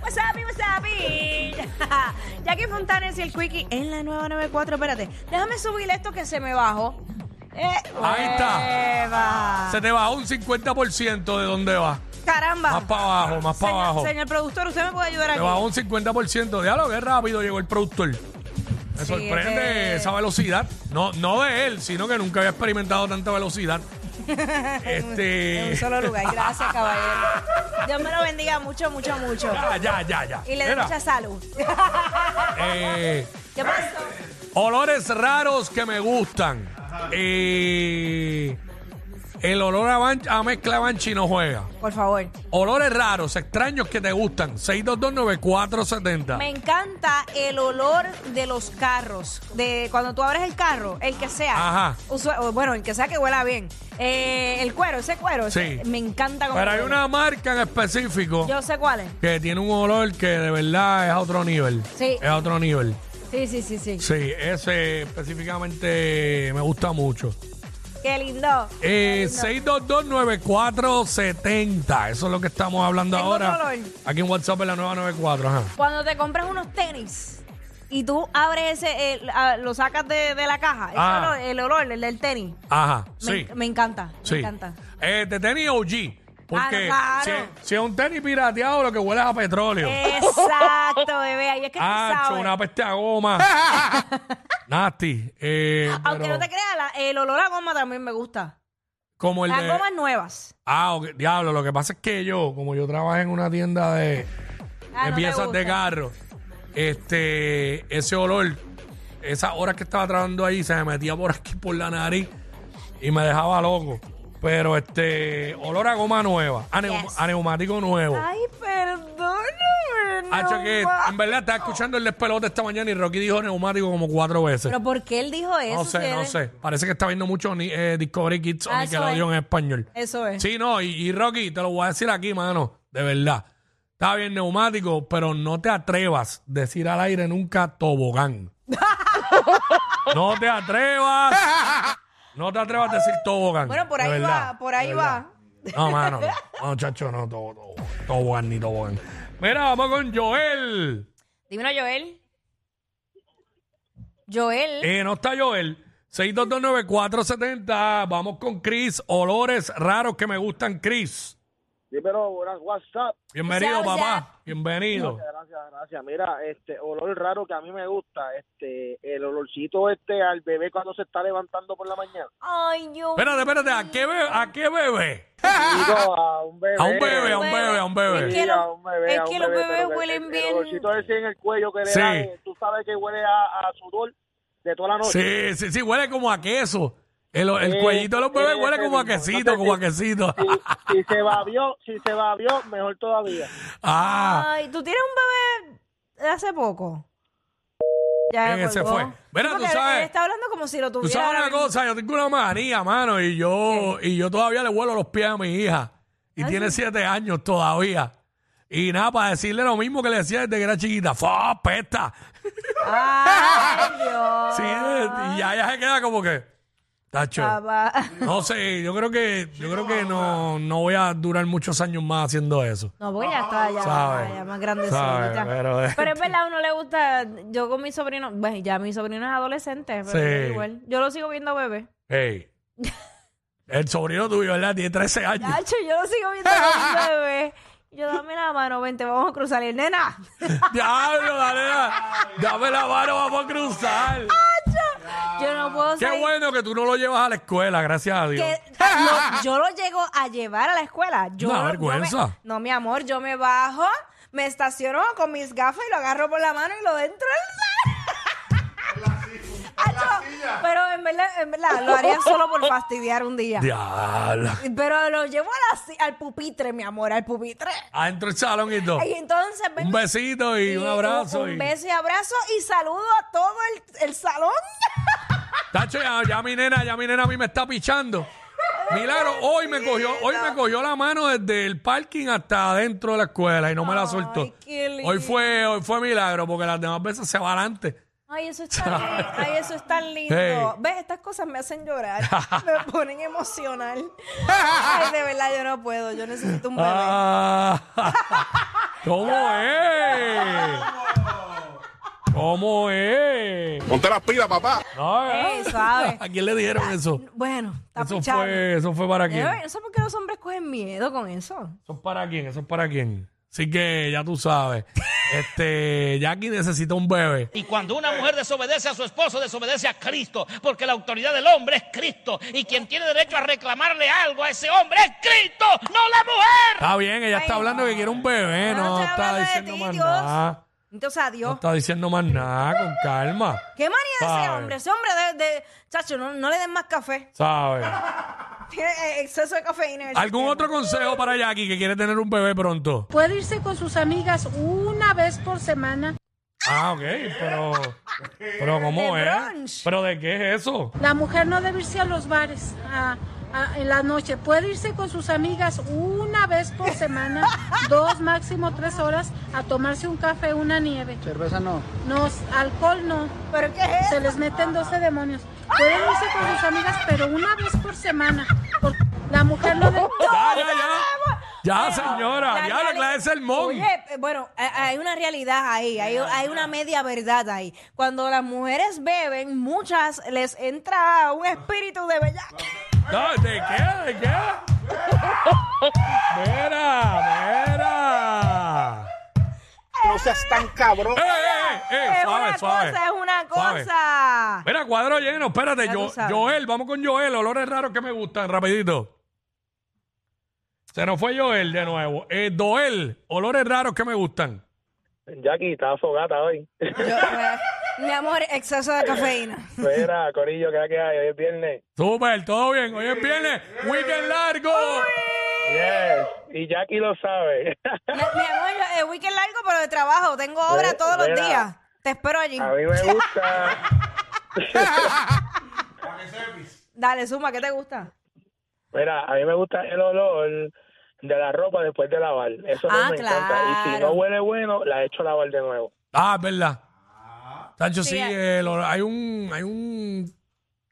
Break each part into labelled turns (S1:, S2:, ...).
S1: What's up, what's up? Jackie Fontanes y el Quickie en la nueva 94. Espérate, déjame subir esto que se me bajó. Eh,
S2: Ahí está.
S1: hueva.
S2: Se te bajó un 50% de donde va.
S1: Caramba.
S2: Más para abajo, más para
S1: Señor-
S2: abajo.
S1: Señor productor, ¿usted me puede ayudar
S2: Te
S1: aquí?
S2: bajó un 50%. Diablo, qué rápido llegó el productor. Me
S1: Sí, este
S2: sorprende
S1: es que-
S2: esa velocidad. No, no de él, sino que nunca había experimentado tanta velocidad. este.
S1: En un solo lugar. Gracias, caballero. Dios me lo bendiga mucho, mucho, mucho.
S2: Ya, ya, ya, ya.
S1: Y le dé
S2: Mira,
S1: mucha salud.
S2: eh,
S1: ¿Qué pasó?
S2: olores raros que me gustan. Eh, el olor a, ban- a mezcla banchi no juega.
S1: Por favor.
S2: Olores raros, extraños que te gustan. 6229470.
S1: Me encanta el olor de los carros. De cuando tú abres el carro, el que sea.
S2: Ajá.
S1: Usu- o bueno, el que sea que huela bien. Eh, el cuero, ese cuero.
S2: Sí.
S1: ese- me encanta cómo
S2: Pero hay
S1: huele.
S2: una marca en específico
S1: Yo sé cuál es.
S2: que tiene un olor que de verdad es a otro nivel.
S1: Sí.
S2: Es a otro nivel.
S1: Sí, sí, sí, sí.
S2: Sí, ese específicamente me gusta mucho.
S1: Qué lindo.
S2: Eh, 6229470. Eso es lo que estamos hablando
S1: Tengo
S2: ahora.
S1: otro olor.
S2: Aquí en WhatsApp en la nueva 94. Ajá.
S1: Cuando te compras unos tenis y tú abres ese, eh, ah, lo sacas de, de la caja, ese
S2: Ah.
S1: olor- el olor, el del tenis.
S2: Ajá.
S1: Me,
S2: Sí.
S1: me encanta,
S2: sí.
S1: me encanta.
S2: Eh, de tenis OG. Porque
S1: Ah,
S2: si,
S1: claro. Eh,
S2: si es un tenis pirateado, lo que huele es a petróleo.
S1: Exacto, bebé. Ahí es que tú
S2: Hacho,
S1: sabes.
S2: una peste a goma. Nasty. Eh,
S1: Aunque
S2: pero
S1: no te creas, la- el olor a goma también me gusta.
S2: como el
S1: Las
S2: de-
S1: gomas nuevas.
S2: Ah, ok, diablo, lo que pasa es que yo, como yo trabajé en una tienda de,
S1: Ah,
S2: de
S1: no te
S2: piezas
S1: gusta.
S2: de carro, este, ese olor, esas horas que estaba trabajando ahí, se me metía por aquí por la nariz y me dejaba loco. Pero este, olor a goma nueva, a, neum-
S1: Yes.
S2: a neumático nuevo.
S1: Ay, perdóname.
S2: Hacho, que
S1: no va.
S2: en verdad estaba escuchando el despelote esta mañana y Rocky dijo neumático como cuatro veces.
S1: Pero ¿por qué él dijo eso?
S2: No sé,
S1: si
S2: no
S1: él-
S2: sé. Parece que está viendo mucho ni- eh, Discovery Kids o
S1: Ah, eso
S2: Nickelodeon en español.
S1: Eso es.
S2: Sí, no, y, y Rocky, te lo voy a decir aquí, mano, de verdad. Está bien neumático, pero no te atrevas a decir al aire nunca tobogán. no te atrevas. No te atrevas a decir tobogán.
S1: Bueno, por
S2: de
S1: ahí
S2: verdad,
S1: va, por
S2: de
S1: ahí
S2: verdad.
S1: va.
S2: No, mano, no, no chacho, no, to- to- tobogán ni tobogán. Mira, vamos con Joel.
S1: Dímelo, Joel. Joel.
S2: Eh, no está Joel. 6229470. Vamos con Chris. Olores raros que me gustan, Chris.
S3: Dímelo, buenas, WhatsApp.
S2: Bienvenido,
S1: Hola, hola.
S2: papá. Bienvenido.
S3: Gracias, gracias. Mira, este olor raro que a mí me gusta, este, el olorcito este al bebé cuando se está levantando por la mañana.
S1: Ay, yo.
S2: Espérate, espérate. ¿A qué bebé? ¿A qué bebé?
S3: Digo, a un bebé.
S2: A un bebé, a un bebé, a un
S1: Es
S2: bebé.
S1: que,
S3: Sí,
S1: lo-
S3: a un bebé,
S1: es
S3: a un
S1: que los
S3: bebé,
S1: bebés
S3: pero que
S1: huelen
S3: el-
S1: bien.
S3: El olorcito ese en el cuello que le
S2: Sí.
S3: da, de- tú sabes que huele a, a sudor de toda la noche.
S2: Sí, sí, sí. Huele como a queso. El, el
S3: Sí,
S2: cuellito de los bebés
S3: sí,
S2: huele
S3: sí,
S2: como a
S3: mismo.
S2: quesito,
S3: Entonces,
S2: como a
S3: sí.
S2: quesito.
S3: Si, si se babió, si se babió, mejor todavía.
S2: Ah,
S1: Ay, tú tienes un bebé de hace poco. Ya
S2: Eh, se
S1: colgó.
S2: fue. Mira,
S1: Sí,
S2: tú
S1: porque
S2: sabes-
S1: Él está hablando como si lo
S2: tú
S1: tuviera.
S2: sabes
S1: ahora
S2: una
S1: mismo.
S2: cosa. Yo tengo una manía, mano, y yo, y yo todavía le huelo los pies a mi hija. Y tiene siete años todavía. Y nada, para decirle lo mismo que le decía desde que era chiquita. ¡Fa, pesta!
S1: Ay, Dios.
S2: Sí, y ya ella se queda como que. Tacho.
S1: Papá.
S2: No sé, yo creo que, yo creo que no, no voy a durar muchos años más haciendo eso.
S1: No, voy ya está ya,
S2: Ah, Sabe,
S1: ya más grande
S2: sabe, eh. pero-
S1: pero es verdad, a uno le gusta. Yo con mi sobrino, bueno, ya mi sobrino es adolescente, pero
S2: Sí.
S1: es igual. Yo lo sigo viendo bebé.
S2: Hey. El sobrino tuyo, ¿verdad? Tiene 13 años.
S1: Hacho, yo lo sigo viendo bebé. Yo dame la mano, vente, vamos a cruzar. Y él, nena.
S2: Diablo, dale la- dame la mano, vamos a cruzar.
S1: Ah, Yo no puedo
S2: Qué
S1: salir.
S2: bueno que tú no lo llevas a la escuela, gracias a Dios.
S1: que- lo- yo lo llego a llevar a la escuela. Yo
S2: Una
S1: lo- yo
S2: vergüenza.
S1: me- no, mi amor, yo me bajo, me estaciono con mis gafas y lo agarro por la mano y lo entro en la... Acho, Ah, Pero en verdad, en verdad, lo haría solo por fastidiar un día.
S2: Diablo.
S1: Pero lo llevo a la si- al pupitre, mi amor, al pupitre.
S2: Adentro el salón y todo.
S1: Y entonces
S2: Un
S1: vengo
S2: besito y un abrazo.
S1: Un,
S2: y-
S1: beso y abrazo y saludo a todo el, el salón.
S2: Tacho, ya, ya mi nena, ya mi nena a mí me está pichando. Milagro, hoy me cogió, hoy me cogió la mano desde el parking hasta adentro de la escuela y no me la soltó.
S1: qué lindo.
S2: Hoy fue, hoy fue milagro, porque las demás veces se va adelante.
S1: Ay, eso es tan lindo. Ay, eso es tan lindo.
S2: Hey.
S1: ¿Ves? Estas cosas me hacen llorar. me ponen emocional. Ay, de verdad, yo no puedo. Yo necesito un bebé.
S2: Ah, ¿Cómo es? ¿Cómo es?
S4: Ponte las pilas, papá.
S2: No,
S1: Ey,
S2: ¿verdad?
S1: suave.
S2: ¿A quién le dijeron eso?
S1: Bueno, está
S2: Eso
S1: pichado.
S2: fue, eso fue para
S1: Eh,
S2: quién.
S1: No sé por qué los hombres cogen miedo con eso.
S2: Eso es para quién, eso es para quién. Así que ya tú sabes. Este, Jackie necesita un bebé.
S5: Y cuando una mujer desobedece a su esposo, desobedece a Cristo, porque la autoridad del hombre es Cristo. Y quien tiene derecho a reclamarle algo a ese hombre es Cristo, no la mujer.
S2: Está bien, ella está
S1: Ay,
S2: hablando que quiere un bebé,
S1: Yo
S2: no,
S1: estoy
S2: está
S1: hablando de
S2: diciendo
S1: ti,
S2: más
S1: Dios.
S2: nada.
S1: Entonces, adiós.
S2: No está diciendo más nada, con calma.
S1: ¿Qué manía de ese
S2: Sabe.
S1: hombre? Ese hombre de... de- chacho, no, no le den más café.
S2: ¿Sabes?
S1: Tiene eh, exceso de cafeína. en el
S2: ¿Algún
S1: sistema.
S2: otro consejo para Jackie que quiere tener un bebé pronto?
S6: Puede irse con sus amigas una vez por semana.
S2: Ah, ok, pero. Pero ¿cómo
S1: De
S2: es?
S1: brunch.
S2: ¿Pero de qué es eso?
S6: La mujer no debe irse a los bares a- a- en la noche. Puede irse con sus amigas una vez por semana, dos, máximo tres horas, a tomarse un café, una nieve. Cerveza no. No, s- alcohol no.
S1: ¿Pero qué es?
S6: Se les meten 12 demonios. Pueden irse con sus amigas, pero una vez por semana. Porque la mujer no debe...
S2: Ya, ya, ya. Ya,
S1: Pero, la
S2: señora. Ya, la
S1: reali-
S2: clase de sermón.
S1: Oye, eh, bueno, eh, hay una realidad ahí, hay, hay una media verdad ahí. Cuando las mujeres beben, muchas les entra un espíritu de bella.
S2: No, ¿de qué? ¿De qué? Mira, mira.
S4: No seas tan cabrón.
S2: ¡Eh, eh, eh! eh,
S1: es
S2: suave,
S1: una
S2: suave.
S1: cosa, es una
S2: suave.
S1: cosa.
S2: Mira, cuadro lleno, espérate,
S1: Ya tú
S2: yo-
S1: sabes.
S2: Joel, vamos con Joel, olores raros que me gustan, rapidito. Se nos fue Joel de nuevo. Eh, Doel, olores raros que me gustan.
S3: Jackie, está fogata hoy.
S1: Yo, pues, mi amor, exceso de cafeína.
S3: Espera, Corillo, ¿qué que hay? Hoy es viernes.
S2: Super, todo bien. Hoy es viernes, weekend largo.
S3: Yes. Y Jackie lo sabe.
S1: Mi, mi amor, yo, eh, weekend largo, pero de trabajo. Tengo obra
S3: Ve-
S1: todos los
S3: verá.
S1: días. Te espero allí.
S3: A mí me gusta.
S1: Dale, suma, ¿qué te gusta?
S3: Mira, a mí me gusta el olor de la ropa después de lavar. Eso
S1: Ah,
S3: me encanta. Y si
S1: claro.
S3: no huele bueno, la echo lavar de nuevo.
S2: Ah, es verdad.
S7: Ah.
S2: Sancho, sí,
S1: Sí,
S2: el olor- hay un hay un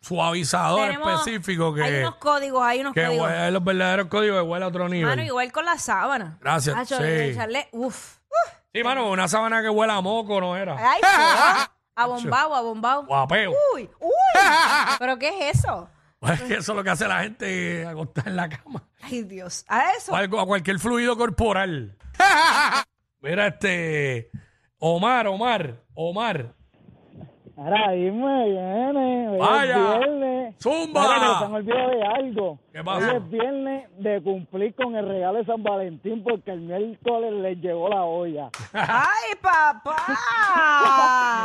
S2: suavizador
S1: Tenemos-
S2: específico
S1: Hay
S2: que,
S1: unos códigos, hay unos
S2: que
S1: códigos.
S2: huele- los verdaderos códigos que huele a otro nivel.
S1: Mano, igual con la sábana.
S2: Gracias,
S1: Hacho,
S2: sí.
S1: de echarle- uf.
S2: sí, mano, una sábana que huela a moco no era.
S1: Ay, sí. Abombado, abombado.
S2: Guapeo.
S1: Uy, uy. ¿Pero qué es eso?
S2: Es que eso es lo que hace la gente eh, acostada en la cama.
S1: Ay, Dios. A eso.
S2: O algo- a cualquier fluido corporal. Mira, este. Omar, Omar, Omar.
S7: Ahora dime, viene. Hoy
S2: Vaya.
S7: es viernes. Oye, pero se me
S2: ¡Zumba!
S7: olvidó de algo.
S2: ¿Qué
S7: Hoy
S2: pasa?
S7: es viernes de cumplir con el regalo de San Valentín porque el miércoles les llegó la olla.
S1: Ay, papá.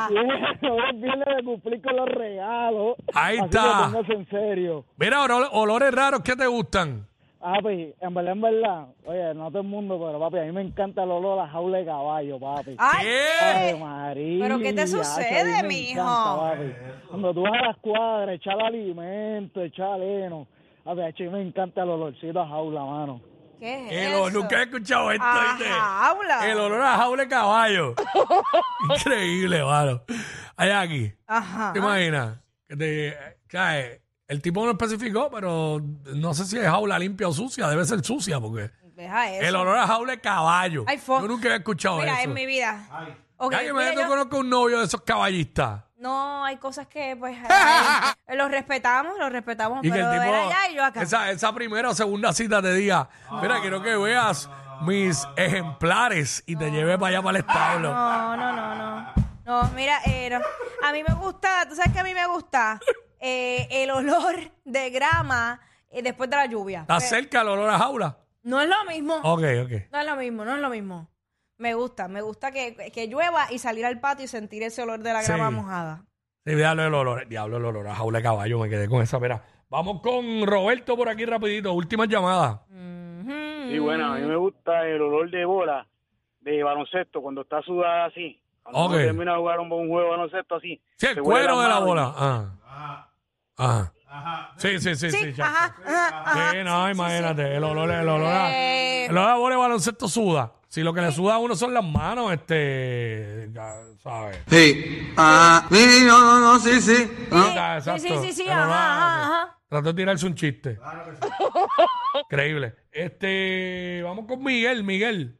S7: Hoy es viernes de cumplir con los regalos.
S2: Ahí
S7: Así
S2: está.
S7: Que póngase en serio.
S2: Mira, olo- olores raros que te gustan.
S7: Ah, pues, en verdad, en verdad. Oye, no todo el mundo, pero papi, a mí me encanta el olor a la jaula de caballo, papi.
S1: Ay,
S2: ¿Qué?
S7: Ay, María.
S1: ¿Pero qué te
S7: eso a
S1: sucede,
S7: mí me
S1: mijo?
S7: encanta, papi. Cuando tú vas a las cuadras, echar alimento, echar heno. A ver, chico, me encanta el olorcito a jaula, mano.
S1: ¿Qué es
S2: El
S1: eso?
S2: olor- nunca he escuchado esto,
S1: A
S2: ¿viste?
S1: jaula.
S2: El olor a jaula de caballo. Increíble, mano. Hay aquí.
S1: Ajá.
S2: ¿Te imaginas? Que te, cae. El tipo no especificó, pero no sé si es jaula limpia o sucia. Debe ser sucia porque
S1: Deja eso.
S2: el olor a jaula de caballo.
S1: Ay, fo-
S2: Yo nunca había escuchado
S1: Mira,
S2: eso.
S1: en mi vida. Ok,
S2: Ay, que
S1: mira,
S2: me yo
S1: yo-
S2: conozco un novio de esos caballistas.
S1: No, hay cosas que, pues, ay, los respetamos, los respetamos,
S2: Y que el
S1: pero
S2: tipo,
S1: era allá y yo acá. Ah.
S2: Esa, esa primera o segunda cita te diga, mira, quiero que veas mis ejemplares y te lleve para allá para el establo.
S1: No, no, no, no. No, mira, eh, no. a mí me gusta, tú sabes que a mí me gusta eh, el olor de grama eh, después de la lluvia.
S2: ¿Estás cerca el olor a jaula?
S1: No es lo mismo.
S2: Ok, ok.
S1: No es lo mismo, no es lo mismo. Me gusta, me gusta que, que llueva y salir al patio y sentir ese olor de la
S2: Sí.
S1: grama mojada.
S2: Sí, diablo el olor, diablo el olor a jaula de caballo, me quedé con esa, mira. Vamos con Roberto por aquí rapidito, última llamada.
S1: Ujú.
S8: Y bueno, a mí me gusta el olor de bola de baloncesto cuando está sudada así. Cuando uno
S2: Ok.
S8: termina de jugar un, un juego de baloncesto así.
S2: Sí, el
S8: se huele
S2: cuero de la
S8: mano.
S2: bola. Ah. Ajá. Sí, sí, sí, sí.
S1: Sí,
S2: chacho.
S1: ajá, ajá, ajá.
S2: Sí, no, imagínate, el olor, el olor a,
S1: Eh.
S2: el olor a bola de baloncesto suda. Si lo que le suda a uno son las manos, este. ya, ¿Sabes?
S9: Sí. Ah, sí, sí, no, no, no, sí, sí.
S1: Sí,
S9: Ah.
S2: Ah,
S1: sí, sí,
S2: exacto.
S1: sí, sí,
S2: Pero no,
S1: ajá, ajá, ajá.
S2: Trató de tirarse un chiste. Increíble. Este, vamos con Miguel, Miguel.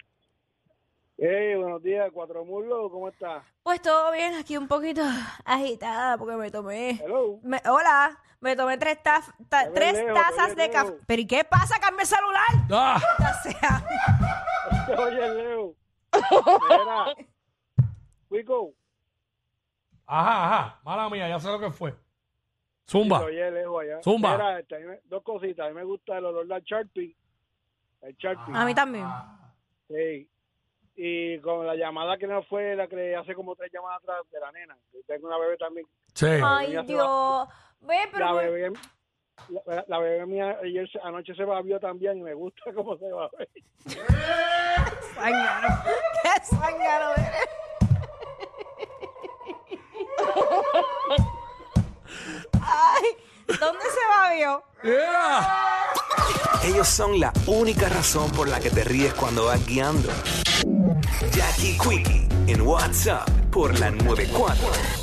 S3: Hey, buenos días, Cuatro Mulos, ¿cómo estás?
S1: Pues todo bien, aquí un poquito agitada porque me tomé.
S3: Hello.
S1: me- hola, me tomé tres, taf- ta-
S3: Te
S1: tres
S3: ves lejos, te
S1: tazas
S3: ves
S1: de café.
S3: lejos.
S1: ¿Pero y qué pasa? Cambia el celular.
S2: Ah,
S1: O sea,
S3: Oye, Leo. Mira. Cuico.
S2: ajá, ajá. Mala mía, ya sé lo que fue. Zumba.
S3: Oye, lejos allá.
S2: Zumba.
S3: Mira, este, a mí me- dos cositas. A mí me gusta el olor del Charpy. El Charpy.
S1: a mí también.
S3: Ah. Sí. Y con la llamada que no fue, la que hace como tres llamadas atrás de la nena. que Tengo una bebé también.
S2: Sí.
S1: Ay,
S3: ya se
S1: Dios. Ve,
S3: La
S1: pero.
S3: bebé, la, la bebé mía ayer se- anoche se babió también y me gusta cómo se babió.
S1: Zángano. ¿eh? Qué ¿eh? zángano eres. Ay, ¿dónde se babió?
S2: Yeah.
S10: Ellos son la única razón por la que te ríes cuando vas guiando. Jackie Quickie en WhatsApp por la 94.